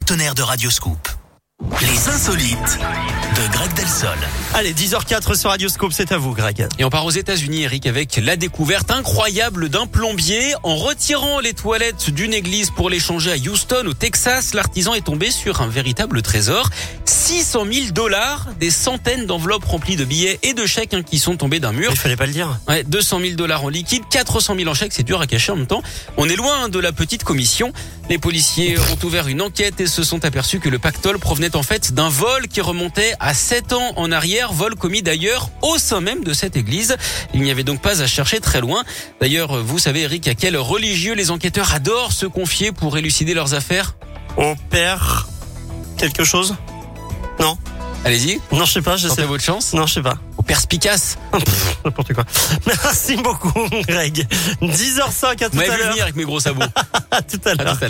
partenaire de Radioscoop. Les insolites de Greg Delsol. Allez, 10h04 sur Radioscope, c'est à vous, Greg. Et on part aux États-Unis, Eric, avec la découverte incroyable d'un plombier. En retirant les toilettes d'une église pour les changer à Houston, au Texas, l'artisan est tombé sur un véritable trésor. 600 000 dollars, des centaines d'enveloppes remplies de billets et de chèques hein, qui sont tombés d'un mur. Il fallait pas le dire. Ouais, 200 000 dollars en liquide, 400 000 en chèques, c'est dur à cacher en même temps. On est loin hein, de la petite commission. Les policiers ont ouvert une enquête et se sont aperçus que le pactole provenait en fait d'un vol qui remontait à 7 ans en arrière, vol commis d'ailleurs au sein même de cette église. Il n'y avait donc pas à chercher très loin. D'ailleurs, vous savez Eric à quel religieux les enquêteurs adorent se confier pour élucider leurs affaires On perd quelque chose Non Allez-y, Non, je sais pas, je tentez sais. votre chance. Non, je sais pas. Au perspicace. Pff, N'importe quoi. Merci beaucoup, Greg. 10h05, à tout Vous à m'avez vu l'heure. venir avec mes gros sabots. À tout à À tout l'heure. à l'heure.